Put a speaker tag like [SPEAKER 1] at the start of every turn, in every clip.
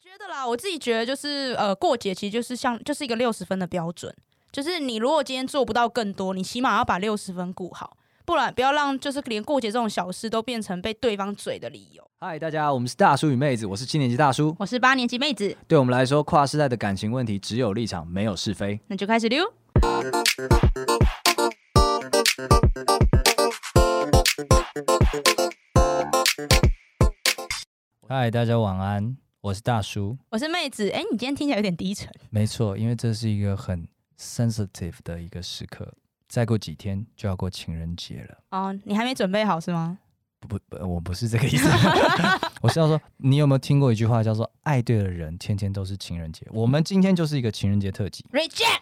[SPEAKER 1] 觉得啦，我自己觉得就是呃，过节其实就是像就是一个六十分的标准，就是你如果今天做不到更多，你起码要把六十分顾好，不然不要让就是连过节这种小事都变成被对方嘴的理由。
[SPEAKER 2] 嗨，大家，我们是大叔与妹子，我是七年级大叔。
[SPEAKER 1] 我是八年级妹子，
[SPEAKER 2] 对我们来说，跨世代的感情问题只有立场，没有是非。
[SPEAKER 1] 那就开始溜。
[SPEAKER 2] 嗨，大家晚安，我是大叔。
[SPEAKER 1] 我是妹子，哎、你今天听起来有点低沉，
[SPEAKER 2] 没错，因为这是一个很 sensitive 的一个时刻，再过几天就要过情人节了。
[SPEAKER 1] 哦，你还没准备好是吗？
[SPEAKER 2] 不不不，我不是这个意 思，我是要说，你有没有听过一句话叫做“爱对了人，天天都是情人节”？我们今天就是一个情人节特辑。
[SPEAKER 1] reject，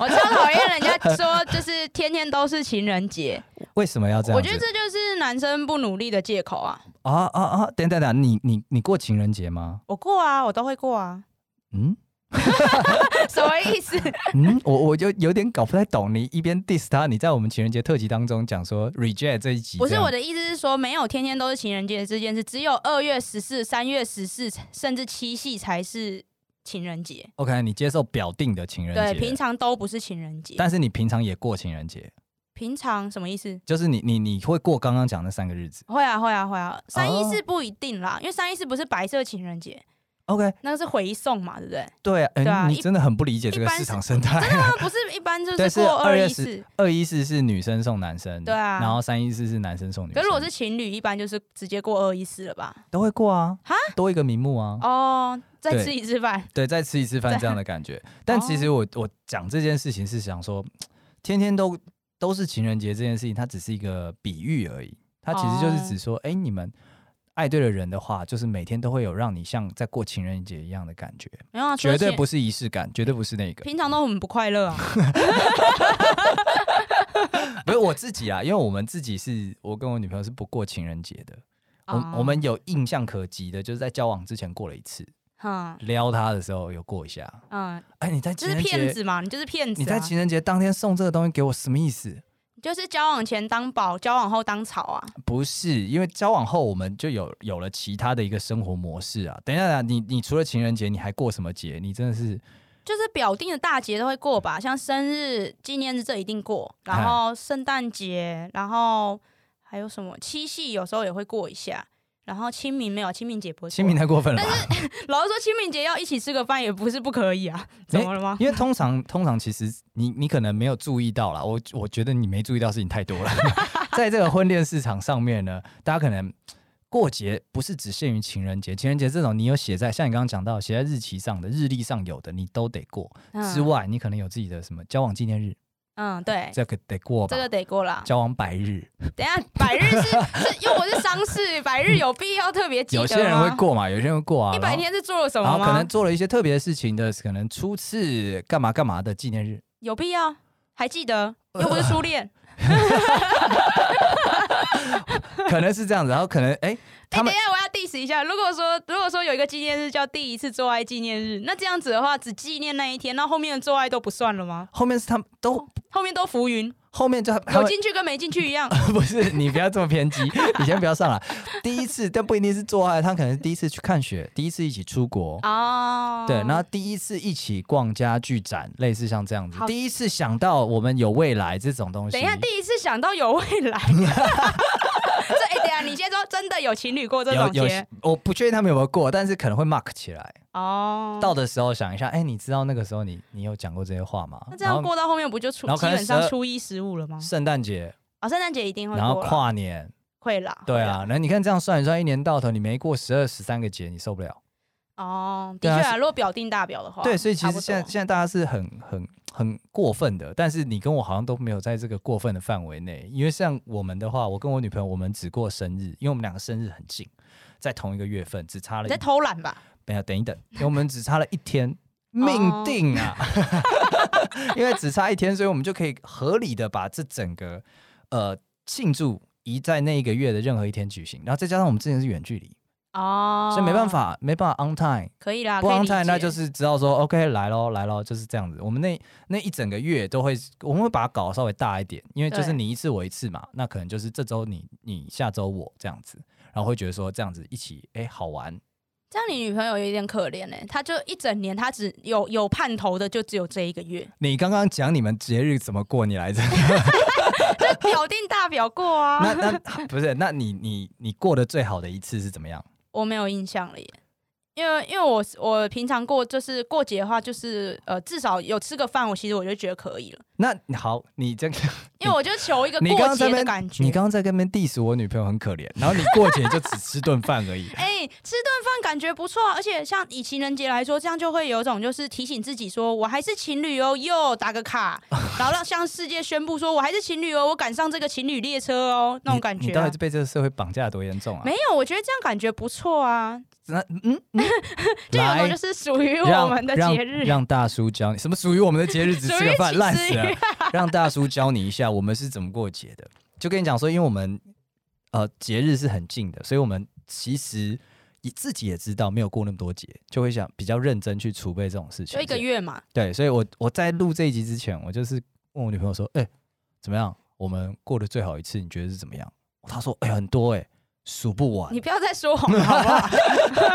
[SPEAKER 1] 我超讨厌人家说就是天天都是情人节，
[SPEAKER 2] 为什么要这样
[SPEAKER 1] 我
[SPEAKER 2] 子？
[SPEAKER 1] 觉得这就是男生不努力的借口啊。
[SPEAKER 2] 啊啊啊！等等等，你你你过情人节吗？
[SPEAKER 1] 我过啊，我都会过啊，
[SPEAKER 2] 嗯。
[SPEAKER 1] 什么意思？
[SPEAKER 2] 嗯，我我就有点搞不太懂，你一边 diss 他，你在我们情人节特辑当中讲说 reject 这一集，
[SPEAKER 1] 不是我
[SPEAKER 2] 的，
[SPEAKER 1] 的意思是说，没有天天都是情人节这件事，只有二月十四、三月十四，甚至七夕才是情人节。
[SPEAKER 2] OK，你接受表定的情人
[SPEAKER 1] 对，
[SPEAKER 2] 节，
[SPEAKER 1] 平，常都不是情人节。
[SPEAKER 2] 但是你平常也过情人节，
[SPEAKER 1] 平常什么意思？
[SPEAKER 2] 就是你你你会过刚刚讲那三个日子
[SPEAKER 1] 会啊，会啊，会啊。三一
[SPEAKER 2] 哦
[SPEAKER 1] 四不一定啦，因为三一四不是白色情人节，
[SPEAKER 2] ，OK，
[SPEAKER 1] 那个是回送嘛，对不 对？
[SPEAKER 2] 对啊，嗯
[SPEAKER 1] 对啊
[SPEAKER 2] 你
[SPEAKER 1] 一
[SPEAKER 2] 真的很不理解这个
[SPEAKER 1] 一般
[SPEAKER 2] 市
[SPEAKER 1] 是
[SPEAKER 2] 场生态，
[SPEAKER 1] 真的吗？不是一般就
[SPEAKER 2] 对
[SPEAKER 1] 是
[SPEAKER 2] 是
[SPEAKER 1] 过
[SPEAKER 2] 2
[SPEAKER 1] 二
[SPEAKER 2] 月
[SPEAKER 1] 一
[SPEAKER 2] 10
[SPEAKER 1] 四，
[SPEAKER 2] 二一四是女生送男生，
[SPEAKER 1] 对啊
[SPEAKER 2] 然后三一四是男生送女生，
[SPEAKER 1] 可是如果是情侣，一般就是直接过二一四了吧？
[SPEAKER 2] 都会过啊
[SPEAKER 1] 哈，
[SPEAKER 2] 多一个名目啊，
[SPEAKER 1] 哦，再
[SPEAKER 2] 对
[SPEAKER 1] 吃一次饭，
[SPEAKER 2] 对，再吃一次饭这样的感觉。但其
[SPEAKER 1] 哦
[SPEAKER 2] 实我我讲这件事情是想说，天天都都是情人节这件事情，它只是一个比喻而已。它其实就是
[SPEAKER 1] 哦
[SPEAKER 2] 指说，哎、你们爱对了人的话，就是每天都会有让你像在过情人节一样的感觉，
[SPEAKER 1] 没有啊？除了
[SPEAKER 2] 绝对
[SPEAKER 1] 情
[SPEAKER 2] 不是仪式感，绝对不是那个。
[SPEAKER 1] 平常都很不快乐啊。
[SPEAKER 2] 不是我自己啊，因为我们自己是我跟我女朋友是不过情人节的。
[SPEAKER 1] 哦
[SPEAKER 2] 我我们有印象可及的，就是在交往之前过了一次，
[SPEAKER 1] 嗯
[SPEAKER 2] 撩她的时候有过一下。
[SPEAKER 1] 嗯，
[SPEAKER 2] 哎、你在
[SPEAKER 1] 就
[SPEAKER 2] 情
[SPEAKER 1] 是
[SPEAKER 2] 人
[SPEAKER 1] 骗
[SPEAKER 2] 节，
[SPEAKER 1] 子嘛，你就是骗子、啊。
[SPEAKER 2] 你在情人节当天送这个东西给我，什么意思？
[SPEAKER 1] 就是交往前当宝，交往后当草啊。
[SPEAKER 2] 不是，因为交往后我们就有有了其他的一个生活模式啊。等一下啦，你你除了情人节，你还过什么节？你真的是
[SPEAKER 1] 就是表定的大节都会过吧，像生日、纪念日这一定过，然
[SPEAKER 2] 哎
[SPEAKER 1] 后圣诞节，然后还有什么七夕有时候也会过一下，然后清明没有，清明节不会过。
[SPEAKER 2] 清明太过分了吧？
[SPEAKER 1] 老实说，清明节要一起吃个饭也不是不可以啊，怎么了吗？
[SPEAKER 2] 因为通常通常其实你你可能没有注意到啦，我我觉得你没注意到事情太多了。 在这个婚恋市场上面呢，大家可能过节不是只限于情人节，情人节这种你有写在像你刚刚讲到写在日期上的、日历上有的，你都得过。之
[SPEAKER 1] 嗯
[SPEAKER 2] 外，你可能有自己的什么交往纪念日，
[SPEAKER 1] 嗯，对，
[SPEAKER 2] 这个得过吧？
[SPEAKER 1] 这个得过啦。
[SPEAKER 2] 交往百日，
[SPEAKER 1] 等一下百日是是，因为我是丧事，百日有必要特别记得
[SPEAKER 2] 有
[SPEAKER 1] 吗？
[SPEAKER 2] 些人会过嘛，有些人会过啊。
[SPEAKER 1] 一百天是做了什
[SPEAKER 2] 然
[SPEAKER 1] 么
[SPEAKER 2] 后，然后可
[SPEAKER 1] 吗
[SPEAKER 2] 能？做了一些特别的事情的，可能初次干嘛干嘛的纪念日。
[SPEAKER 1] 有必要？还记得？又不是初恋。
[SPEAKER 2] 可能是这样子，然后可能哎、
[SPEAKER 1] 哎、
[SPEAKER 2] 他
[SPEAKER 1] 等
[SPEAKER 2] 们
[SPEAKER 1] 一下，我要 diss 一下。如果说，如果说有一个纪念日叫第一次做爱纪念日，那这样子的话，只纪念那一天，那后面的做爱都不算了吗？
[SPEAKER 2] 后面是他们都
[SPEAKER 1] 后面都浮云，
[SPEAKER 2] 后面就
[SPEAKER 1] 哦
[SPEAKER 2] 他
[SPEAKER 1] 有
[SPEAKER 2] 们
[SPEAKER 1] 进去跟没进去一样。
[SPEAKER 2] 不是你不要这么偏激， 你先不要上来。第一次，但不一定是做爱，他可能是第一次去看雪，第一次一起出国。
[SPEAKER 1] 哦，
[SPEAKER 2] 对，然后第一次一起逛家具展，类似像这样子
[SPEAKER 1] 好。
[SPEAKER 2] 第一次想到我们有未来这种东西。
[SPEAKER 1] 等一下，第一次想到有未来。 这哎、等一下，你先说，真的有情侣过这种
[SPEAKER 2] 有
[SPEAKER 1] 节
[SPEAKER 2] 有，我不确定他们有没有过，但是可能会 mark 起来。
[SPEAKER 1] 哦？
[SPEAKER 2] 到的时候想一下，哎、你知道那个时候你你有讲过这些话吗？
[SPEAKER 1] 那这
[SPEAKER 2] 然
[SPEAKER 1] 样
[SPEAKER 2] 后
[SPEAKER 1] 过到后面不就初
[SPEAKER 2] 然后
[SPEAKER 1] 基
[SPEAKER 2] 可能
[SPEAKER 1] 本上
[SPEAKER 2] 12
[SPEAKER 1] 初一十五了吗？
[SPEAKER 2] 圣诞节，
[SPEAKER 1] 哦，圣诞节一定会
[SPEAKER 2] 然后
[SPEAKER 1] 过哦啦，
[SPEAKER 2] 跨年，
[SPEAKER 1] 会啦。
[SPEAKER 2] 对
[SPEAKER 1] 会啦，
[SPEAKER 2] 啊，那你看这样算一算，一年到头你没过十二十三个节，你受不了。
[SPEAKER 1] 哦，的
[SPEAKER 2] 对啊
[SPEAKER 1] 确
[SPEAKER 2] 是
[SPEAKER 1] 啊，如果表定大表的话，
[SPEAKER 2] 对，所以其
[SPEAKER 1] 差
[SPEAKER 2] 实
[SPEAKER 1] 不
[SPEAKER 2] 现在
[SPEAKER 1] 多
[SPEAKER 2] 现在大家是很很很过分的，但是你跟我好像都没有在这个过分的范围内，因为像我们的话，我跟我女朋友我们只过生日，因为我们两个生日很近，在同一个月份，只差了
[SPEAKER 1] 你
[SPEAKER 2] 一
[SPEAKER 1] 在偷懒吧？
[SPEAKER 2] 没有，等一等，因为我们只差了一 天，命定啊， 因为只差一天，所以我们就可以合理的把这整个呃庆祝移在那一个月的任何一天举行，然后再加上我们之前是远距离，
[SPEAKER 1] 哦，
[SPEAKER 2] 所以没办，法，没办法 on time，
[SPEAKER 1] 可以啦，
[SPEAKER 2] 不
[SPEAKER 1] 可以
[SPEAKER 2] on
[SPEAKER 1] 理
[SPEAKER 2] time 那
[SPEAKER 1] 解
[SPEAKER 2] 就是知道说 OK 来喽来喽，就是这样子。我们那那一整个月都会，我们会把它搞得稍微大一点，因为就是
[SPEAKER 1] 对
[SPEAKER 2] 你一次我一次嘛，那可能就是这周你你下周我这样子，然后会觉得说这样子一起哎好玩，
[SPEAKER 1] 这样你女朋友有点可怜呢、欸她就一整年，她只有有盼头的就只有这一个 月，
[SPEAKER 2] 你刚刚讲你们节日怎么过，你 来着？
[SPEAKER 1] 表定大表过啊，
[SPEAKER 2] 那那不是？那你你你过得最好的一次是怎么样？
[SPEAKER 1] 我没有印象了耶。因为因为我我平常过就是过节的话，就是呃至少有吃个饭，我其实我就觉得可以了，
[SPEAKER 2] 那好，你这个
[SPEAKER 1] 因为我就求一个
[SPEAKER 2] 你刚
[SPEAKER 1] 过
[SPEAKER 2] 刚在
[SPEAKER 1] 节
[SPEAKER 2] 那
[SPEAKER 1] 的
[SPEAKER 2] 边
[SPEAKER 1] 感觉。。
[SPEAKER 2] 你刚刚在跟边 diss 我女朋友很可怜，然后你过节就只吃顿饭而已
[SPEAKER 1] 哎、吃顿饭感觉不错啊，而且像以情人节来说，这样就会有一种就是提醒自己说，我还是情侣哦，又打个 卡，然后让向世界宣布说我还是情侣哦，我赶上这个情侣列车哦， 那种感
[SPEAKER 2] 你
[SPEAKER 1] 觉
[SPEAKER 2] 到
[SPEAKER 1] 啊、
[SPEAKER 2] 底被这个社会绑架得多严重啊
[SPEAKER 1] 没？有，我觉得这样感觉不错啊，
[SPEAKER 2] 那嗯，
[SPEAKER 1] 就有种
[SPEAKER 2] 来
[SPEAKER 1] 就是属于我
[SPEAKER 2] 让
[SPEAKER 1] 们的
[SPEAKER 2] 让
[SPEAKER 1] 节日，
[SPEAKER 2] 让大叔教你什么属于我们的节日只吃
[SPEAKER 1] 属于
[SPEAKER 2] 个饭，
[SPEAKER 1] 起
[SPEAKER 2] 烂
[SPEAKER 1] 司
[SPEAKER 2] 死 了。让大叔教你一下我们是怎么过节的。就跟你讲说，因为我们呃节日是很近的，所以我们其实也自己也知道没有过那么多节，就会想比较认真去储备这种事情。
[SPEAKER 1] 就一个月嘛，
[SPEAKER 2] 对，所以我我在录这一集之前，我就是问我女朋友说：“哎、怎么样？我们过得最好一次，你觉得是怎么样？”她说：“哎、很多哎、数不完
[SPEAKER 1] 你。不要再说谎了好不好？”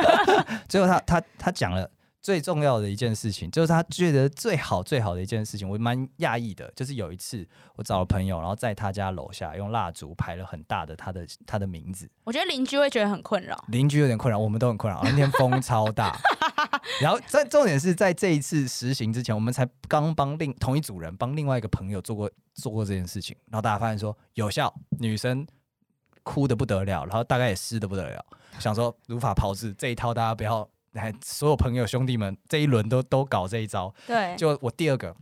[SPEAKER 2] 最后她她她讲了最重要的一件事情，就是她觉得最好最好的一件事情，我蛮讶异的。就是有一次我找了朋友，然后在他家楼下用蜡烛排了很大的他的他的名字，
[SPEAKER 1] 我觉得邻居会觉得很困扰，
[SPEAKER 2] 邻居有点困扰，我们都很困扰。那天风超大， 然后在重点是在这一次实行之前，我们才刚帮另同一组人帮另外一个朋友做过做过这件事情，然后大家发现说有效，女生哭的不得了，然后大概也湿的不得了，想说如法炮制这一套，大家不要来，所有朋友兄弟们这一轮都都搞这一招。
[SPEAKER 1] 对，
[SPEAKER 2] 就我第二个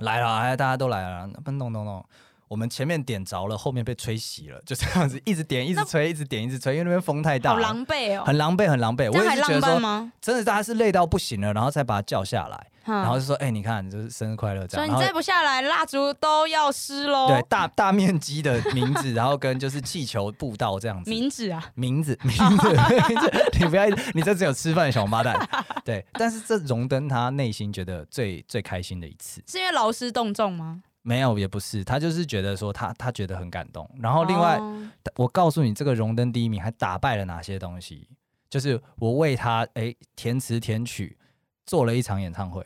[SPEAKER 2] 来了，哎，大家都来了，那弄弄弄。我们前面点着了，后面被吹熄了，就这样子一直点，一直
[SPEAKER 1] 那
[SPEAKER 2] 吹，一直点，一直吹，因为那边风太大
[SPEAKER 1] 好
[SPEAKER 2] 了，
[SPEAKER 1] 狼狈哦，
[SPEAKER 2] 很狼狈，很狼
[SPEAKER 1] 这
[SPEAKER 2] 狈。我
[SPEAKER 1] 样
[SPEAKER 2] 也
[SPEAKER 1] 还
[SPEAKER 2] 是觉
[SPEAKER 1] 浪
[SPEAKER 2] 得
[SPEAKER 1] 漫
[SPEAKER 2] 说，
[SPEAKER 1] 吗？
[SPEAKER 2] 真的大家是累到不行了，然后才把他叫下来，然后
[SPEAKER 1] 嗯，
[SPEAKER 2] 就说：“哎、你看，就是生日快乐这
[SPEAKER 1] 所
[SPEAKER 2] 样。”
[SPEAKER 1] 以
[SPEAKER 2] 然
[SPEAKER 1] 你哦
[SPEAKER 2] 后
[SPEAKER 1] 再不下来，蜡烛都要湿喽。
[SPEAKER 2] 对大大面积的名字，然后跟就是气球步道这 样子。
[SPEAKER 1] 名字啊，
[SPEAKER 2] 名字，名字， 名字，你不要一直，你这只有吃饭的小王八蛋。对，但是这荣登他内心觉得最最开心的一次。
[SPEAKER 1] 是因为劳师动众吗？
[SPEAKER 2] 没有，也不是，他就是觉得说他他觉得很感动。然后另外，
[SPEAKER 1] 哦
[SPEAKER 2] 我告诉你，这个荣登第一名还打败了哪些东西？就是我为他哎填词填曲做了一场演唱会，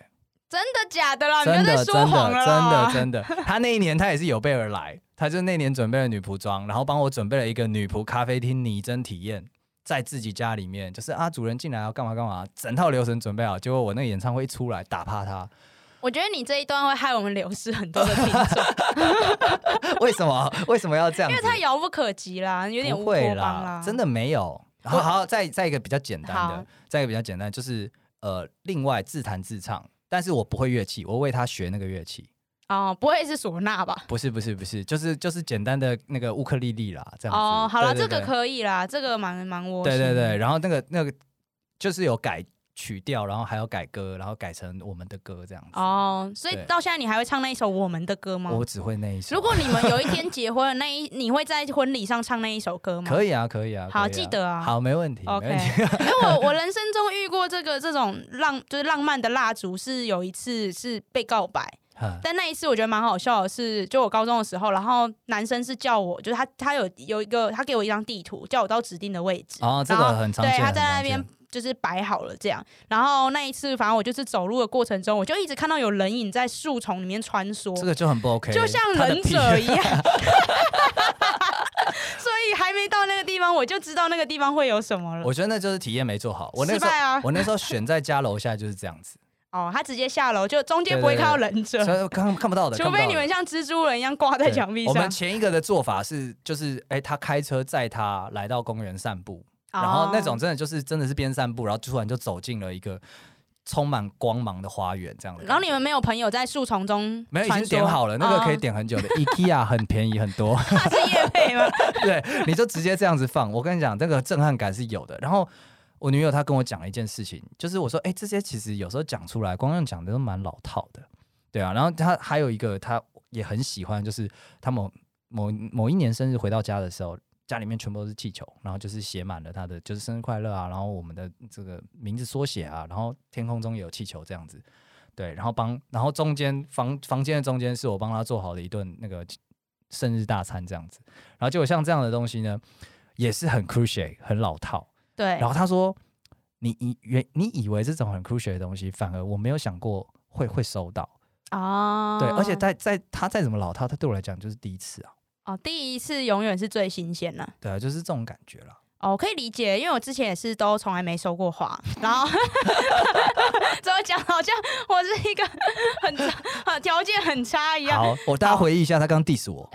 [SPEAKER 1] 真的假的啊啦？你
[SPEAKER 2] 真
[SPEAKER 1] 又
[SPEAKER 2] 的
[SPEAKER 1] 在
[SPEAKER 2] 真
[SPEAKER 1] 说谎了哦
[SPEAKER 2] 的
[SPEAKER 1] 啦
[SPEAKER 2] 真的真的。他那一年他也是有备而来，他就那年准备了女仆装，然后帮我准备了一个女仆咖啡厅拟真体验。在自己家里面，就是啊，主人进来要干嘛干嘛，整套流程准备好。结果我那个演唱会一出来，打趴他，
[SPEAKER 1] 我觉得你这一段会害我们流失很多的听 众，
[SPEAKER 2] 为什么？ 为什么要这样
[SPEAKER 1] 因
[SPEAKER 2] 子？
[SPEAKER 1] 为他遥不可及啦，有点
[SPEAKER 2] 不
[SPEAKER 1] 乌
[SPEAKER 2] 会
[SPEAKER 1] 托邦
[SPEAKER 2] 啦
[SPEAKER 1] 啦，，啊
[SPEAKER 2] 真的没有。好好，再再一个比较简单的
[SPEAKER 1] 好，
[SPEAKER 2] 再一个比较简单，就是呃，另外自弹自唱，但是我不会乐器，我为他学那个乐器，
[SPEAKER 1] 哦，不会是唢呐吧？
[SPEAKER 2] 不是不是不是，就是就是简单的那个乌克丽丽啦，这样子。
[SPEAKER 1] 哦，好了，
[SPEAKER 2] 对
[SPEAKER 1] 这
[SPEAKER 2] 对
[SPEAKER 1] 个
[SPEAKER 2] 对
[SPEAKER 1] 可以啦，这个蛮蛮窝
[SPEAKER 2] 对
[SPEAKER 1] 心
[SPEAKER 2] 对
[SPEAKER 1] 的
[SPEAKER 2] 对，，然后那个那个就是有改曲调，然后还有改歌，然后改成我们的歌这样子。
[SPEAKER 1] 哦，所以
[SPEAKER 2] 对
[SPEAKER 1] 到现在你还会唱那一首我们的歌吗？
[SPEAKER 2] 我只会那一首。
[SPEAKER 1] 如果你们有一天结婚了，那一 你会在婚礼上唱那一首歌吗？
[SPEAKER 2] 可以啊，可以啊，
[SPEAKER 1] 好
[SPEAKER 2] 可以
[SPEAKER 1] 记得啊
[SPEAKER 2] 好，没问题，没
[SPEAKER 1] OK，
[SPEAKER 2] 问题。
[SPEAKER 1] 因为我我人生中遇过这个这种浪就是浪漫的蜡烛，是有一次是被告白，
[SPEAKER 2] 哈
[SPEAKER 1] 但那一次我觉得蛮好笑的是，就我高中的时候，然后男生是叫我，就是他他有有一个他给我一张地图，叫我到指定的位置，
[SPEAKER 2] 哦，这
[SPEAKER 1] 然
[SPEAKER 2] 个
[SPEAKER 1] 后
[SPEAKER 2] 很常
[SPEAKER 1] 对
[SPEAKER 2] 见。
[SPEAKER 1] 他
[SPEAKER 2] 很
[SPEAKER 1] 在那
[SPEAKER 2] 常
[SPEAKER 1] 边
[SPEAKER 2] 见
[SPEAKER 1] 就是摆好了这样。然后那一次，反正我就是走路的过程中，我就一直看到有人影在树丛里面穿梭，
[SPEAKER 2] 这个就很不 OK，
[SPEAKER 1] 就像
[SPEAKER 2] 他的
[SPEAKER 1] 忍
[SPEAKER 2] 屁
[SPEAKER 1] 者一样。 所以还没到那个地方，我就知道那个地方会有什么了。
[SPEAKER 2] 我觉得那就是体验没做好。我那
[SPEAKER 1] 失
[SPEAKER 2] 时候，
[SPEAKER 1] 败啊！
[SPEAKER 2] 我那时候选在家楼下就是这样子，
[SPEAKER 1] 哦，他直接下楼，就中间不会看到忍者，
[SPEAKER 2] 所以看看不到的，
[SPEAKER 1] 除非你们像蜘蛛人一样挂在墙壁
[SPEAKER 2] 我
[SPEAKER 1] 上。
[SPEAKER 2] 们前一个的做法是，就是哎、他开车载他来到公园散步，然后那
[SPEAKER 1] 哦
[SPEAKER 2] 种真的就是真的是边散步，然后突然就走进了一个充满光芒的花园这样的感觉。
[SPEAKER 1] 然后你们没有朋友在树丛中
[SPEAKER 2] 没有已
[SPEAKER 1] 穿
[SPEAKER 2] 经
[SPEAKER 1] 梭
[SPEAKER 2] 点好了，那个可以
[SPEAKER 1] 哦
[SPEAKER 2] 点很久的。IKEA 很便宜很 多，
[SPEAKER 1] 它是夜配 吗？
[SPEAKER 2] 对，你就直接这样子放。我跟你讲，这个震撼感是有的。然后我女友她跟我讲了一件事情，就是我说，哎、这些其实有时候讲出来，光用讲的都蛮老套的，对啊。然后她还有一个，她也很喜欢，就是她某某某一年生日回到家的时候。家里面全部都是气球，然后就是写满了她的就是生日快乐啊，然后我们的这个名字缩写啊，然后天空中也有气球这样子，对，然后帮，然后中间房房间的中间是我帮她做好的一顿那个生日大餐这样子，然后结果像这样的东西呢，也是很 crucial 很老套。
[SPEAKER 1] 对
[SPEAKER 2] 然，后他说，你以原你以为这种很 crucial 的东西，反而我没有想过会会收到。
[SPEAKER 1] 啊，
[SPEAKER 2] 对，而且在在它再怎么老套，它对我来讲就是第一次啊。
[SPEAKER 1] 哦，第一次永远是最新鲜的。
[SPEAKER 2] 对啊，就是这种感觉啦。
[SPEAKER 1] 哦，我可以理解，因为我之前也是都从来没收过花，然 后怎么讲，好像我是一个很差 啊条件很差一样。
[SPEAKER 2] 好，我大家回忆一下，他刚 diss 我，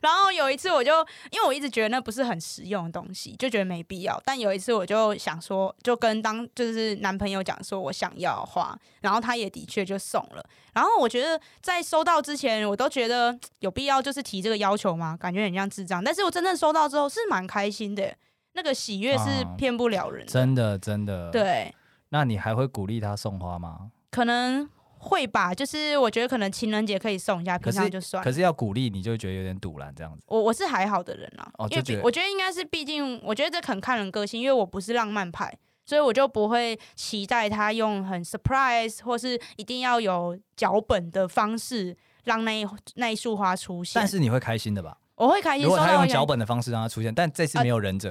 [SPEAKER 1] 然后有一次我就，因为我一直觉得那不是很实用的东西，就觉得没必要。但有一次我就想说，就跟当就是男朋友讲说我想要花，然后他也的确就送了。然后我觉得在收到之前，我都觉得嘖有必要就是提这个要求吗？感觉很像智障。但是我真正收到之后是蛮开心的，那个喜悦是
[SPEAKER 2] 啊
[SPEAKER 1] 骗不了人的。
[SPEAKER 2] 真的真的。，
[SPEAKER 1] 对，
[SPEAKER 2] 那你还会鼓励他送花吗？
[SPEAKER 1] 可能会吧，就是我觉得可能情人节可以送一下，
[SPEAKER 2] 可
[SPEAKER 1] 平
[SPEAKER 2] 是
[SPEAKER 1] 常就算了。
[SPEAKER 2] 可是要鼓励，你就会觉得有点堵然这样子。
[SPEAKER 1] 我我是还好的人啦，
[SPEAKER 2] 哦
[SPEAKER 1] 因为
[SPEAKER 2] 就觉
[SPEAKER 1] 比
[SPEAKER 2] 得
[SPEAKER 1] 我觉得应该是，毕竟我觉得这很看人个性，因为我不是浪漫派，所以我就不会期待他用很 surprise 或是一定要有脚本的方式让那一那一束花出现。
[SPEAKER 2] 但是你会开心的吧？
[SPEAKER 1] 我会开心
[SPEAKER 2] 如
[SPEAKER 1] 收
[SPEAKER 2] 果他
[SPEAKER 1] 哎到呃
[SPEAKER 2] 用
[SPEAKER 1] 一
[SPEAKER 2] 脚
[SPEAKER 1] 张
[SPEAKER 2] 本的方式让他出现，但这次没有 忍者，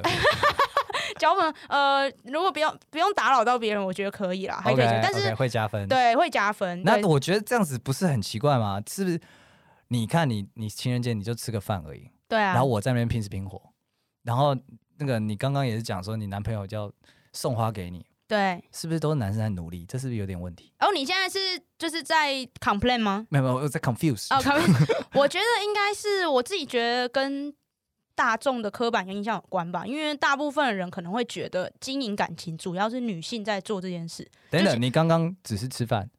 [SPEAKER 1] 脚本，呃，如果不用不用打扰到别人，我觉得可以啦，还可以
[SPEAKER 2] OK
[SPEAKER 1] 接受啊但是
[SPEAKER 2] OK 会加分。
[SPEAKER 1] 对会加分。对
[SPEAKER 2] 那我觉得这样子不是很奇怪吗？是不是？你看你你情人节你就吃个饭而已，
[SPEAKER 1] 对啊，
[SPEAKER 2] 然后我在那边拼死拼活，然后那个你刚刚也是讲说你男朋友叫送花给你，
[SPEAKER 1] 对。
[SPEAKER 2] 是不是都是男生在努力？这是不是有点问题？
[SPEAKER 1] 然后你现在是就是在 complain 吗？
[SPEAKER 2] 没有没有，我在 confuse。
[SPEAKER 1] 哦，考虑， 我觉得应该是我自己觉得跟大众的刻板印象有关吧，因为大部分人可能会觉得经营感情主要是女性在做这件事，
[SPEAKER 2] 等
[SPEAKER 1] 就是
[SPEAKER 2] 等，你刚刚只是吃饭，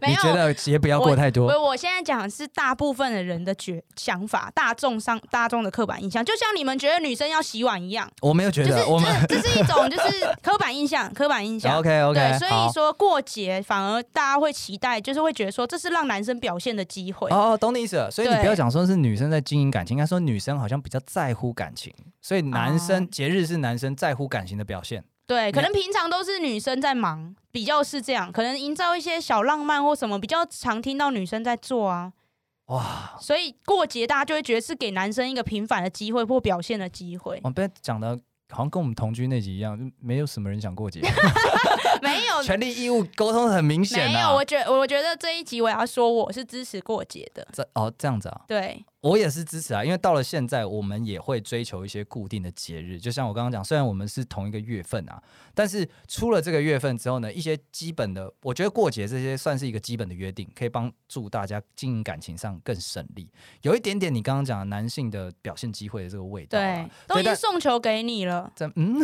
[SPEAKER 1] 没
[SPEAKER 2] 你觉
[SPEAKER 1] 有。
[SPEAKER 2] 得也不要过太多。
[SPEAKER 1] 我我现在讲的是大部分的人的觉想法，大众上大众的刻板印象，就像你们觉得女生要洗碗一样，
[SPEAKER 2] 我没有觉
[SPEAKER 1] 就是
[SPEAKER 2] 得，我们
[SPEAKER 1] 这这是一种就是刻板印象，刻板印 象。
[SPEAKER 2] OK
[SPEAKER 1] 对，
[SPEAKER 2] OK，
[SPEAKER 1] 所
[SPEAKER 2] 好
[SPEAKER 1] 以说过节反而大家会期待，就是会觉得说这是让男生表现的机会。
[SPEAKER 2] 哦哦，懂你意思了。所以你
[SPEAKER 1] 对
[SPEAKER 2] 不要讲说是女生在经营感情，应该说女生好像比较在乎感情，所以男生、
[SPEAKER 1] 哦
[SPEAKER 2] 节日是男生在乎感情的表现。
[SPEAKER 1] 对，
[SPEAKER 2] 你
[SPEAKER 1] 可能平常都是女生在忙，比较是这样，可能营造一些小浪漫或什么，比较常听到女生在做啊。
[SPEAKER 2] 哇，
[SPEAKER 1] 所以过节大家就会觉得是给男生一个平反的机会或表现的机会
[SPEAKER 2] 我，哦们被讲的好像跟我们同居那集一样，就没有什么人想过节，
[SPEAKER 1] 没有。
[SPEAKER 2] 权利义务沟通得很明显
[SPEAKER 1] 没
[SPEAKER 2] 啊
[SPEAKER 1] 有，。我觉我觉得这一集我要说我是支持过节的，
[SPEAKER 2] 这哦这样子啊，
[SPEAKER 1] 对
[SPEAKER 2] 我也是支持啊，因为到了现在，我们也会追求一些固定的节日。就像我刚刚讲，虽然我们是同一个月份啊，但是出了这个月份之后呢，一些基本的，我觉得过节这些算是一个基本的约定，可以帮助大家经营感情上更省力。有一点点你刚刚讲的男性的表现机会的这个味道啊、
[SPEAKER 1] 对，都已经
[SPEAKER 2] 但
[SPEAKER 1] 送球给你了，
[SPEAKER 2] 这 嗯，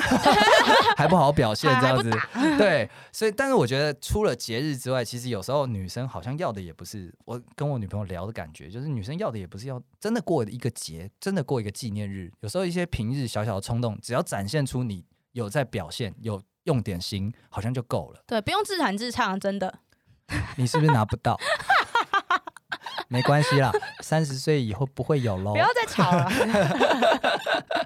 [SPEAKER 2] 还不好表现
[SPEAKER 1] 还
[SPEAKER 2] 这
[SPEAKER 1] 还不
[SPEAKER 2] 样子，对，所以但是我觉得除了节日之外，其实有时候女生好像要的也不是我跟我女朋友聊的感觉，就是女生要的也不是要真的过一个节，真的过一个纪念日。有时候一些平日小小的冲动，只要展现出你有在表现，有用点心，好像就够了。
[SPEAKER 1] 对，不用自弹自唱，真的。
[SPEAKER 2] 你是不是拿不到？ 没关系啦，三十岁以后不会有喽
[SPEAKER 1] 不。要再吵了。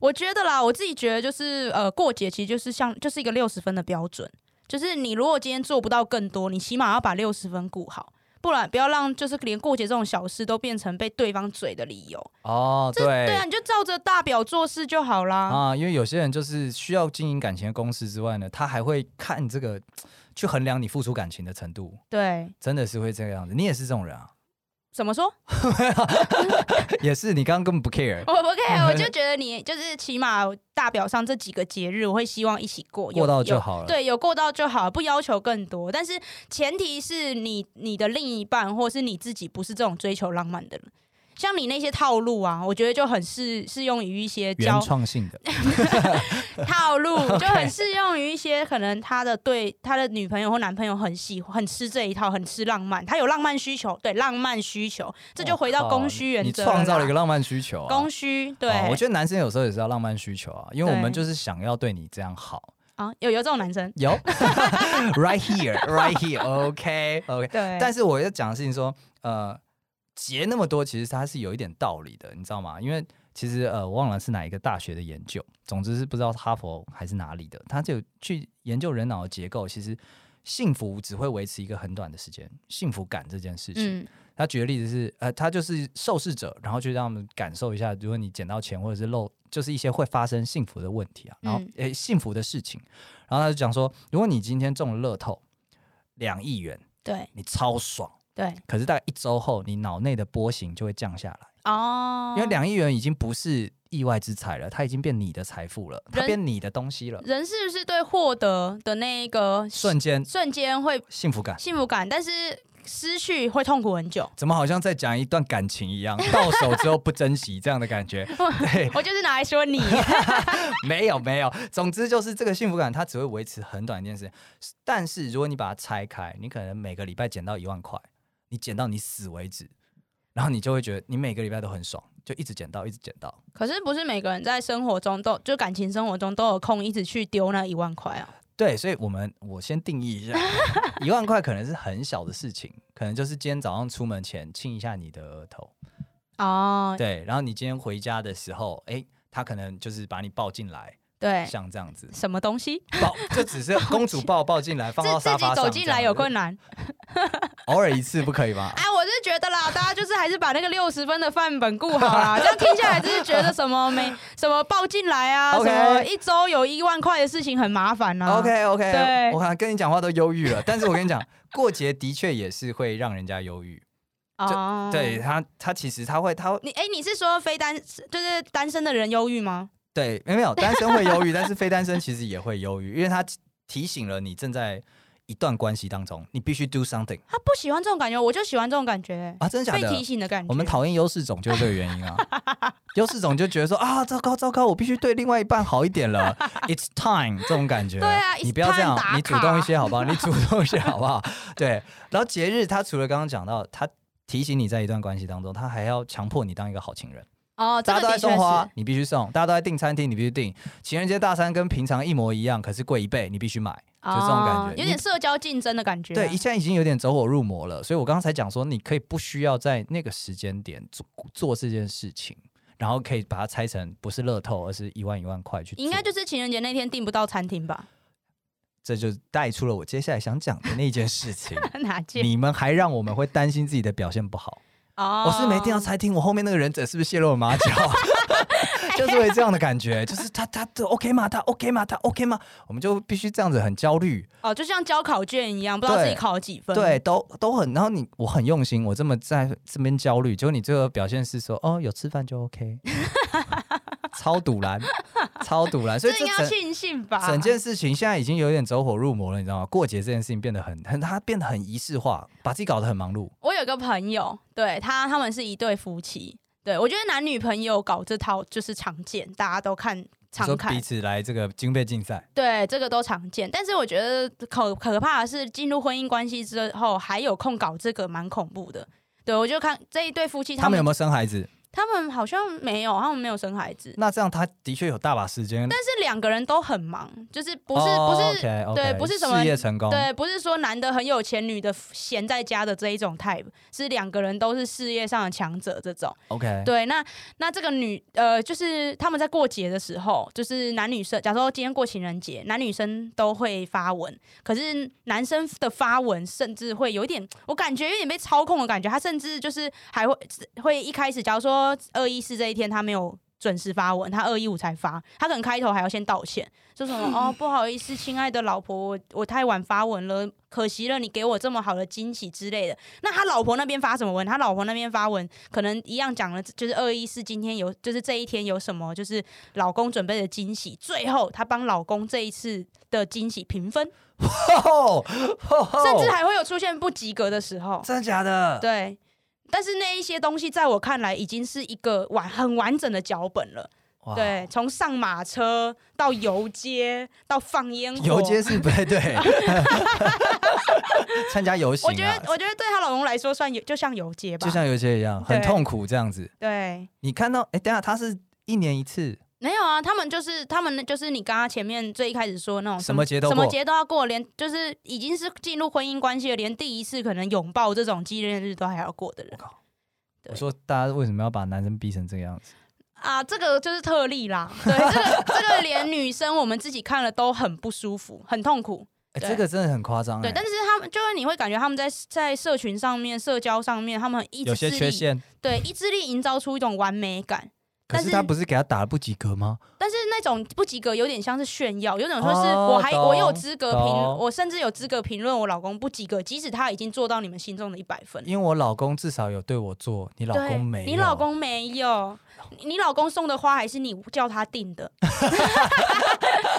[SPEAKER 1] 我觉得啦，我自己觉得就是呃，过节其实就是像就是一个六十分的标准，就是你如果今天做不到更多，你起码要把六十分顾好，不然不要让就是连过节这种小事都变成被对方嘴的理由。
[SPEAKER 2] 哦，对
[SPEAKER 1] 对啊，你就照着大表做事就好啦。
[SPEAKER 2] 啊，因为有些人就是需要经营感情的公式之外呢，他还会看这个去衡量你付出感情的程度，
[SPEAKER 1] 对，
[SPEAKER 2] 真的是会这个样子。你也是这种人啊，
[SPEAKER 1] 怎么说？
[SPEAKER 2] 也是你刚刚根本不 care，
[SPEAKER 1] 我不 care，我就觉得你就是起码大表上这几个节日，我会希望一起过，有
[SPEAKER 2] 过到
[SPEAKER 1] 有
[SPEAKER 2] 就好了。
[SPEAKER 1] 对，有过到就好，不要求更多。但是前提是你你的另一半或是你自己不是这种追求浪漫的人。像你那些套路啊，我觉得就很适适用于一些交
[SPEAKER 2] 原创性的
[SPEAKER 1] 套 路，就很适用于一些可能他的对他的女朋友或男朋友很喜欢，很吃这一套，很吃浪漫，他有浪漫需求，对浪漫需求，这就回到供需原则
[SPEAKER 2] 哦你创造了一
[SPEAKER 1] 啦
[SPEAKER 2] 个浪漫需求啊。
[SPEAKER 1] 供需，对，
[SPEAKER 2] 哦我觉得男生有时候也是要浪漫需求啊，因为我们
[SPEAKER 1] 对
[SPEAKER 2] 就是想要对你这样好。
[SPEAKER 1] 啊，有有这种男生，
[SPEAKER 2] 有 ，right here，right here，OK，OK、
[SPEAKER 1] 对，
[SPEAKER 2] 但是我要讲的事情说，呃，结那么多，其实它是有一点道理的，你知道吗？因为其实呃，我忘了是哪一个大学的研究，总之是不知道哈佛还是哪里的，他就去研究人脑的结构。其实幸福只会维持一个很短的时间，幸福感这件事情。
[SPEAKER 1] 嗯，
[SPEAKER 2] 他举的例子是，呃，他就是受试者，然后去让他们感受一下，如果你捡到钱或者是漏，就是一些会发生幸福的问题啊，然后
[SPEAKER 1] 嗯
[SPEAKER 2] 诶、幸福的事情，然后他就讲说，如果你今天中了乐透两亿元，
[SPEAKER 1] 对
[SPEAKER 2] 你超爽，
[SPEAKER 1] 对
[SPEAKER 2] 可是大概一周后，你脑内的波形就会降下来，
[SPEAKER 1] 哦，
[SPEAKER 2] 因为两亿元已经不是意外之财了，它已经变你的财富了，它
[SPEAKER 1] 人
[SPEAKER 2] 变你的东西了，
[SPEAKER 1] 人是不是对获得的那一个
[SPEAKER 2] 瞬间
[SPEAKER 1] 瞬间会
[SPEAKER 2] 幸福感。
[SPEAKER 1] 幸福感，但是失去会痛苦很 久。
[SPEAKER 2] 怎么好像在讲一段感情 一样，到手之后不珍惜这样的感觉？对，
[SPEAKER 1] 我就是拿来说 你，
[SPEAKER 2] 没有没有，总之就是这个幸福感，它只会维持很短一件事。但是如果你把它拆开，你可能每个礼拜捡到一万块，你捡到你死为止，然后你就会觉得你每个礼拜都很爽，就一直捡到，一直捡到。
[SPEAKER 1] 可是不是每个人在生活中都就感情生活中都有空一直去丢那一万块啊？
[SPEAKER 2] 对，所以我们我先定义一下，一万块可能是很小的事情，可能就是今天早上出门前亲一下你的额头，
[SPEAKER 1] 哦，
[SPEAKER 2] 对，然后你今天回家的时候，哎，他可能就是把你抱进来，
[SPEAKER 1] 对，
[SPEAKER 2] 像这样子。
[SPEAKER 1] 什么东西？
[SPEAKER 2] 抱，就只是公主抱抱进来，放到
[SPEAKER 1] 自
[SPEAKER 2] 沙
[SPEAKER 1] 自己
[SPEAKER 2] 发上。
[SPEAKER 1] 走进来有困，难。
[SPEAKER 2] 偶尔一次不可以吗？
[SPEAKER 1] 哎，我是觉得啦， 大家就是还是把那个六十分的范本顾好 啦。这样听下来，就是觉得什么没什么报进来啊
[SPEAKER 2] OK
[SPEAKER 1] 什么一周有一万块的事情很麻烦啊。
[SPEAKER 2] OK OK，
[SPEAKER 1] 对
[SPEAKER 2] 我好像跟你讲话都忧郁了，但是我跟你讲，过节的确也是会让人家忧郁。
[SPEAKER 1] 哦，
[SPEAKER 2] 对他，他其实他会，他会
[SPEAKER 1] 你哎、你是说非单就是单身的人忧郁吗？
[SPEAKER 2] 对没有没有单身会忧郁，但是非单身其实也会忧郁，因为他提醒了你正在一段关系当中，你必须 do something
[SPEAKER 1] 他不喜欢这种感觉，我就喜欢这种感觉、欸
[SPEAKER 2] 啊，真的假
[SPEAKER 1] 被提
[SPEAKER 2] 的？
[SPEAKER 1] 醒的感觉。
[SPEAKER 2] 我们讨厌优势种就是这个原因啊，优势种就觉得说啊，糟糕糟糕，我必须对另外一半好一点了，It's time 这种感觉。
[SPEAKER 1] 对啊
[SPEAKER 2] 你
[SPEAKER 1] it's
[SPEAKER 2] 不要这
[SPEAKER 1] time
[SPEAKER 2] 样
[SPEAKER 1] 打，卡
[SPEAKER 2] 你主动一些好不好？你主动一些好不好？对。然后节日，他除了刚刚讲到，他提醒你在一段关系当中，他还要强迫你当一个好情人。
[SPEAKER 1] 哦，这
[SPEAKER 2] 大
[SPEAKER 1] 个
[SPEAKER 2] 家都在
[SPEAKER 1] 的确
[SPEAKER 2] 送花
[SPEAKER 1] 是，
[SPEAKER 2] 你必须送；大家都在订餐厅，你必须订。情人节大餐跟平常一模一样，可是贵一倍，你必须买。就这种感觉
[SPEAKER 1] 哦有点社交竞争的感觉啊。
[SPEAKER 2] 对，现在已经有点走火入魔了，所以我刚才讲说，你可以不需要在那个时间点做做这件事情，然后可以把它拆成不是乐透，而是一万一万块去做。
[SPEAKER 1] 应该就是情人节那天订不到餐厅吧？
[SPEAKER 2] 这就带出了我接下来想讲的那件事 情。
[SPEAKER 1] 哪件？
[SPEAKER 2] 你们还让我们会担心自己的表现不好，
[SPEAKER 1] 哦，
[SPEAKER 2] 我是没订到餐厅，我后面那个忍者是不是泄露了马脚？ 就是会这样的感觉， 就是他他他 OK 吗？他 OK 吗？他 OK 吗？我们就必须这样子很焦虑，
[SPEAKER 1] 哦，就像交考卷一样，不知道
[SPEAKER 2] 对
[SPEAKER 1] 自己考了几分。
[SPEAKER 2] 对，，都都很。然后你我很用心，我这么在这边焦虑，结果你最后的表现是说，哦，有吃饭就 OK，超 堵然，超堵然。所
[SPEAKER 1] 这
[SPEAKER 2] 以这
[SPEAKER 1] 应该要
[SPEAKER 2] 整
[SPEAKER 1] 庆幸吧？
[SPEAKER 2] 整件事情现在已经有点走火入魔了，你知道吗？过节这件事情变得很很，它变得很仪式化，把自己搞得很忙碌。
[SPEAKER 1] 我有个朋友，对他他们是一对夫妻，对我觉得男女朋友搞这套就是常见，大家都看
[SPEAKER 2] 你
[SPEAKER 1] 常
[SPEAKER 2] 说
[SPEAKER 1] 看
[SPEAKER 2] 彼。此来这个经费竞赛，
[SPEAKER 1] 对，这个都常见。但是我觉得可可怕的是，进入婚姻关系之后还有空搞这个，蛮恐怖的。对，我就看这一对夫妻，
[SPEAKER 2] 他
[SPEAKER 1] 他
[SPEAKER 2] 们
[SPEAKER 1] 们
[SPEAKER 2] 有没有生孩子？
[SPEAKER 1] 他们好像没有，他们没有生孩子，
[SPEAKER 2] 那这样他的确有大把时间，但
[SPEAKER 1] 但是两个人都很忙，就是不是、
[SPEAKER 2] 哦
[SPEAKER 1] 不是。
[SPEAKER 2] o k
[SPEAKER 1] 对不是什么
[SPEAKER 2] 事业成功，
[SPEAKER 1] 对，不是说男的很有钱，女的闲在家的这一种 type，是两个人都是事业上的强者这种。
[SPEAKER 2] ，OK，
[SPEAKER 1] 对，那那这个女呃，就是他们在过节的时候，就是男女生，假如说今天过情人节，男女生都会发文，可是男生的发文甚至会有一点，我感觉有点被操控的感觉，他甚至就是还会会一开始，假如说二一四这一天他没有。准时发文，他二一五才发，他可能开头还要先道歉，说什么哦不好意思，亲爱的老婆，我我太晚发文了，可惜了你给我这么好的惊喜之类的。那他老婆那边发什么文？他老婆那边发文可能一样讲了，就是二一四今天有，就是这一天有什么，就是老公准备的惊喜。最后他帮老公这一次的惊喜评分，
[SPEAKER 2] 哦，
[SPEAKER 1] 甚至还会有出现不及格的时候。
[SPEAKER 2] 真的假的？
[SPEAKER 1] 对，但是那一些东西在我看来已经是一个完很完整的脚本了。
[SPEAKER 2] 哇，
[SPEAKER 1] 对，从上马车到游街到放烟火，
[SPEAKER 2] 游街是不太 对，参加游行、啊，
[SPEAKER 1] 我觉得我觉得对她老公来说算有就像游街吧，
[SPEAKER 2] 就像游街一样，很
[SPEAKER 1] 对
[SPEAKER 2] 痛苦这样子。
[SPEAKER 1] 对。
[SPEAKER 2] 你看到，哎、等一下他是一年一次，
[SPEAKER 1] 没有啊，他们就是他们就是你刚刚前面最一开始说那种
[SPEAKER 2] 什么节都
[SPEAKER 1] 什么
[SPEAKER 2] 过
[SPEAKER 1] 节都要过，连就是已经是进入婚姻关系了，连第一次可能拥抱这种纪念日都还要过的人
[SPEAKER 2] 我靠！
[SPEAKER 1] 对
[SPEAKER 2] 我说大家为什么要把男生逼成这个样子？
[SPEAKER 1] 啊，这个就是 特例啦。对，这个这个连女生我们自己看了都很不舒服，很痛苦。
[SPEAKER 2] 哎、
[SPEAKER 1] 对
[SPEAKER 2] 这个真的很夸张、哎
[SPEAKER 1] 对，但是他们就是你会感觉他们在在社群上面、社交上面，他们一直
[SPEAKER 2] 有些
[SPEAKER 1] 致
[SPEAKER 2] 缺
[SPEAKER 1] 力
[SPEAKER 2] 陷，
[SPEAKER 1] 对一致力营造出一种完美感。
[SPEAKER 2] 可
[SPEAKER 1] 但
[SPEAKER 2] 是
[SPEAKER 1] 是
[SPEAKER 2] 他不是给他打了不及格吗？
[SPEAKER 1] 但是那种不及格有点像是炫耀，有种说是
[SPEAKER 2] 哦
[SPEAKER 1] 我还、我有
[SPEAKER 2] 懂
[SPEAKER 1] 资格评，
[SPEAKER 2] 懂
[SPEAKER 1] 我甚至有资格评论我老公不及格，即使他已经做到你们心中的一百分。
[SPEAKER 2] 因为我老公至少有对我做，你老
[SPEAKER 1] 对
[SPEAKER 2] 公没有，
[SPEAKER 1] 你老公没有，你你老公送的花还是你叫他订 的。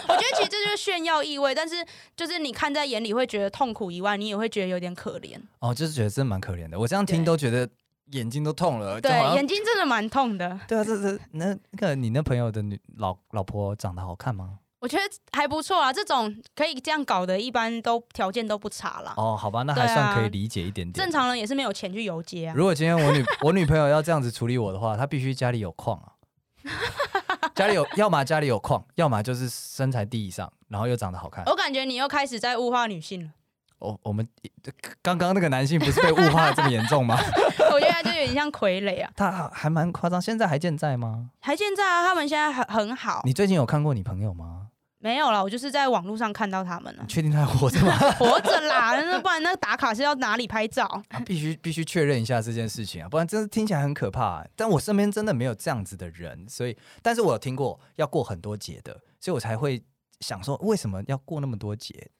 [SPEAKER 1] 我觉得其实这就是炫耀意味，但是就是你看在眼里会觉得痛苦以外，你也会觉得有点可怜。
[SPEAKER 2] 哦，就是觉得真的蛮可怜的。我这样听
[SPEAKER 1] 对
[SPEAKER 2] 都觉得眼睛都痛了，就
[SPEAKER 1] 对
[SPEAKER 2] 好，像
[SPEAKER 1] 眼睛真的蛮痛的。
[SPEAKER 2] 对啊，这这那那个你那朋友的女老老婆长得好看吗？
[SPEAKER 1] 我觉得还不错啊，这种可以这样搞的，一般都条件都不差啦。
[SPEAKER 2] 哦，好吧，那
[SPEAKER 1] 对
[SPEAKER 2] 还算可以
[SPEAKER 1] 啊
[SPEAKER 2] 理解一点点。
[SPEAKER 1] 正常人也是没有钱去游街啊。
[SPEAKER 2] 如果今天我女我女朋友要这样子处理我的话，她必须家里有矿啊，家里有，要么家里有矿，要么就是身材地以上，然后又长得好看。
[SPEAKER 1] 我感觉你又开始在物化女性了，
[SPEAKER 2] 哦，我们刚刚那个男性不是被物化的这么严重吗？
[SPEAKER 1] 我觉得他就有点像傀儡 啊。
[SPEAKER 2] 他还蛮夸张，现在还健在吗？
[SPEAKER 1] 还现在啊，他们现在很很好，
[SPEAKER 2] 你最近有看过你朋友吗？
[SPEAKER 1] 没有啦，我就是在网络上看到他们了
[SPEAKER 2] 你，确定他还活着吗？
[SPEAKER 1] 活着啦，那不然那打卡是要哪里拍照？
[SPEAKER 2] 啊必须必须确认一下这件事情啊，不然真的听起来很可怕啊、但我身边真的没有这样子的人，所以，但是我有听过要过很多节的，所以我才会想说，为什么要过那么多节？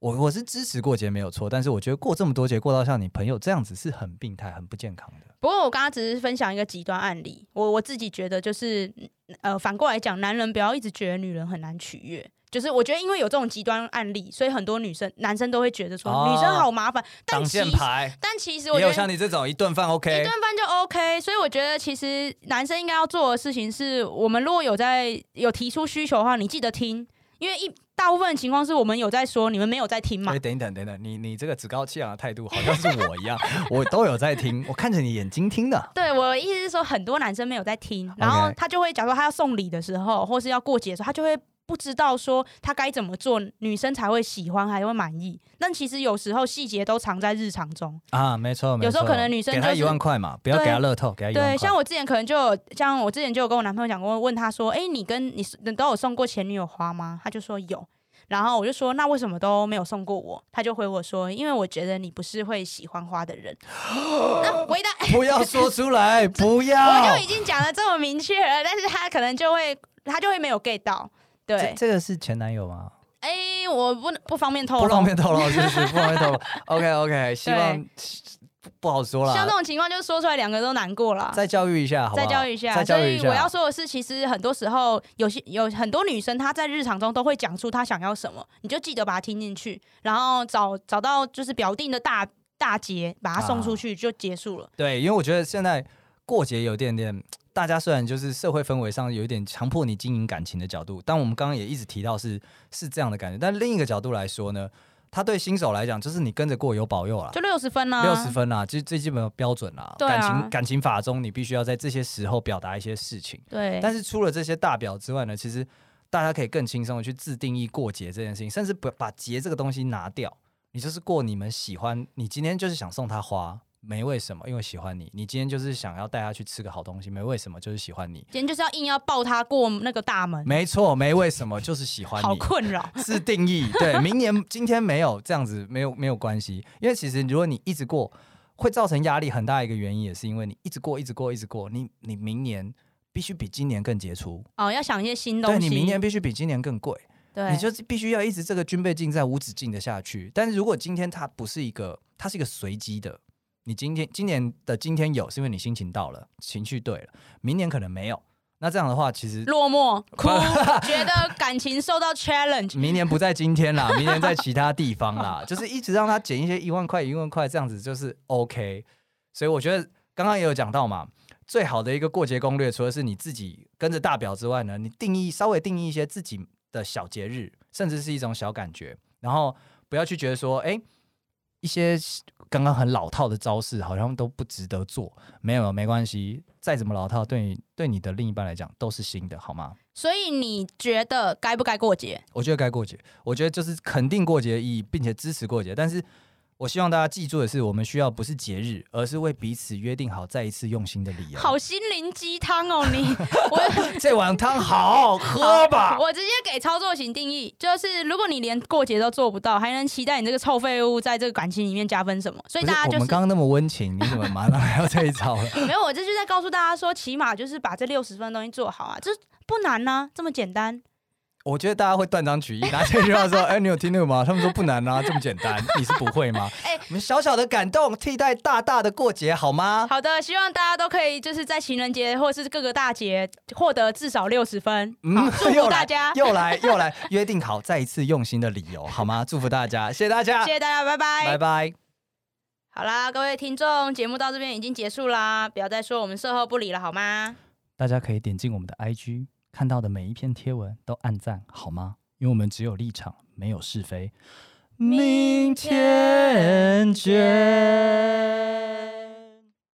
[SPEAKER 2] 我我是支持过节没有错，但是我觉得过这么多节，过到像你朋友这样子是很病态、很不健康的。
[SPEAKER 1] 不过我刚刚只是分享一个极端案例，我我自己觉得就是，呃，反过来讲，男人不要一直觉得女人很难取悦，就是我觉得因为有这种极端案例，所以很多女生男生都会觉得说、
[SPEAKER 2] 哦
[SPEAKER 1] 女生好麻烦，但
[SPEAKER 2] 挡
[SPEAKER 1] 其
[SPEAKER 2] 箭
[SPEAKER 1] 实
[SPEAKER 2] 牌
[SPEAKER 1] 但其实我
[SPEAKER 2] 也
[SPEAKER 1] 觉
[SPEAKER 2] 有
[SPEAKER 1] 得
[SPEAKER 2] 像你这种一顿饭
[SPEAKER 1] 一
[SPEAKER 2] OK
[SPEAKER 1] 顿饭就 OK，所以我觉得其实男生应该要做的事情是，我们如果有在有提出需求的话，你记得听，因为一大部分情况是我们有在说，你们没有在听嘛
[SPEAKER 2] 哎、。等一等，等一等，你你这个趾高气扬的态度，好像是我一样，我都有在听，我看着你眼睛听的。
[SPEAKER 1] 对，我的意思是说，很多男生没有在听，然后他就会，假如说他要送礼的时候，或是要过节的时候，他就会不知道说他该怎么做，女生才会喜欢，还会满意。但其实有时候细节都藏在日常中。
[SPEAKER 2] 啊，没错，没错
[SPEAKER 1] 有时候可能女生
[SPEAKER 2] 给他
[SPEAKER 1] 就是
[SPEAKER 2] 一万块嘛，不要给他
[SPEAKER 1] 对
[SPEAKER 2] 乐透，给他一万块。
[SPEAKER 1] 对，像我之前可能就有，像我之前就有跟我男朋友讲过，问他说：“哎、你跟你你都有送过前女友花吗？”他就说有。然后我就说：“那为什么都没有送过我？”他就回我说：“因为我觉得你不是会喜欢花的 人。”那回答
[SPEAKER 2] 不要说出来，不
[SPEAKER 1] 我
[SPEAKER 2] 要
[SPEAKER 1] 就已。经讲的这么明确了，但是他可能就会他就会没有 get 到。
[SPEAKER 2] 这
[SPEAKER 1] 对，
[SPEAKER 2] 这个是前男友吗？
[SPEAKER 1] 哎、我不能不方便透
[SPEAKER 2] 不方
[SPEAKER 1] 露。
[SPEAKER 2] 便透露，是不是？不方便透露。OK OK，希望不不好说
[SPEAKER 1] 像这
[SPEAKER 2] 啦。
[SPEAKER 1] 种情况，就说出来两个都难过了。
[SPEAKER 2] 再教育一下，好不
[SPEAKER 1] 再
[SPEAKER 2] 好？
[SPEAKER 1] 教育一下，
[SPEAKER 2] 再教育一
[SPEAKER 1] 所以我要
[SPEAKER 2] 下。
[SPEAKER 1] 说的是，其实很多时候有些有很多女生，她在日常中都会讲出她想要什么，你就记得把它听进去，然后找找到就是表定的大大节，把它送出去就结束了。
[SPEAKER 2] 对，因为我觉得现在过节有点点，大家虽然就是社会氛围上有一点强迫你经营感情的角度，但我们刚刚也一直提到是是这样的感觉。但另一个角度来说呢，他对新手来讲，就是你跟着过有保佑啦。
[SPEAKER 1] 就六十分呢、啊
[SPEAKER 2] 六十分啦，这最基本的标准啦。
[SPEAKER 1] 对啊
[SPEAKER 2] 感情感情法中，你必须要在这些时候表达一些事情。
[SPEAKER 1] 对，
[SPEAKER 2] 但是除了这些大表之外呢，其实大家可以更轻松的去自定义过节这件事情，甚至不把节这个东西拿掉，你就是过你们喜欢，你今天就是想送他花。没为什么，因为喜欢你。你今天就是想要带他去吃个好东西，没为什么，就是喜欢你。
[SPEAKER 1] 今天就是要硬要抱她过那个大门，
[SPEAKER 2] 没错，没为什么，就是喜欢你。
[SPEAKER 1] 好 困 扰。
[SPEAKER 2] 自定义。对，明年今天没有这样子，没有没有关系，因为其实如果你一直过，会造成压力很大一个原因，也是因为你一直过，一直过，一直过，你你明年必须比今年更杰出，
[SPEAKER 1] 哦，要想一些新东
[SPEAKER 2] 对
[SPEAKER 1] 西。
[SPEAKER 2] 你明年必须比今年更贵，
[SPEAKER 1] 对，
[SPEAKER 2] 你就是必须要一直这个军备竞赛无止境的下去。但是如果今天它不是一个，它是一个随机的。你今天今年的今天有，是因为你心情到了，情绪对了，明年可能没有。那这样的话，其实
[SPEAKER 1] 落寞 哭，觉得感情受到 challenge。
[SPEAKER 2] 明年不在今天啦，明年在其他地方啦， 就是一直让他减一些一万块、一万块这样子，就是 OK。所以我觉得刚刚也有讲到嘛，最好的一个过节攻略，除了是你自己跟着大表之外呢，你定义稍微定义一些自己的小节日，甚至是一种小感觉，然后不要去觉得说，哎、一些刚刚很老套的招式好像都不值得做，没有没关系，再怎么老套，对你对你的另一半来讲都是新的，好吗？
[SPEAKER 1] 所以你觉得该不该过节？
[SPEAKER 2] 我觉得该过节，我觉得就是肯定过节的意义，并且支持过节。但是我希望大家记住的是，我们需要不是节日，而是为彼此约定好再一次用心的理由。
[SPEAKER 1] 好心灵鸡汤哦，你我
[SPEAKER 2] 这碗汤好好喝吧？
[SPEAKER 1] 我直接给操作型定义，就是如果你连过节都做不到，还能期待你这个臭废物在这个感情里面加分什么？所以
[SPEAKER 2] 不
[SPEAKER 1] 大家
[SPEAKER 2] 是我
[SPEAKER 1] 就
[SPEAKER 2] 们
[SPEAKER 1] 是
[SPEAKER 2] 刚刚那么温情，你怎么马上还要这一招了？
[SPEAKER 1] 没有，我这就在告诉大家说，起码就是把这六十分的东西做好啊，这不难呐、这么简单。
[SPEAKER 2] 我觉得大家会断章取义，拿这句话说：“哎、你有听那个吗？”他们说不难啊，这么简单，你是不会吗？
[SPEAKER 1] 哎
[SPEAKER 2] 我们小小的感动替代大大的过节，好吗？
[SPEAKER 1] 好的，希望大家都可以就是在情人节或者是各个大节获得至少六十分。好，祝
[SPEAKER 2] 嗯 又
[SPEAKER 1] 福
[SPEAKER 2] 来
[SPEAKER 1] 大家，
[SPEAKER 2] 又来又来，约定好再一次用心的理由，好吗？祝福大家，谢谢大家，
[SPEAKER 1] 谢谢大家，拜拜。
[SPEAKER 2] 拜拜。
[SPEAKER 1] 好啦，各位听众，节目到这边已经结束啦，不要再说我们售后不理了，好吗？
[SPEAKER 2] 大家可以点进我们的 IG，看到的每一篇贴文都按赞好吗？因为我们只有立场，没有是非。明天见。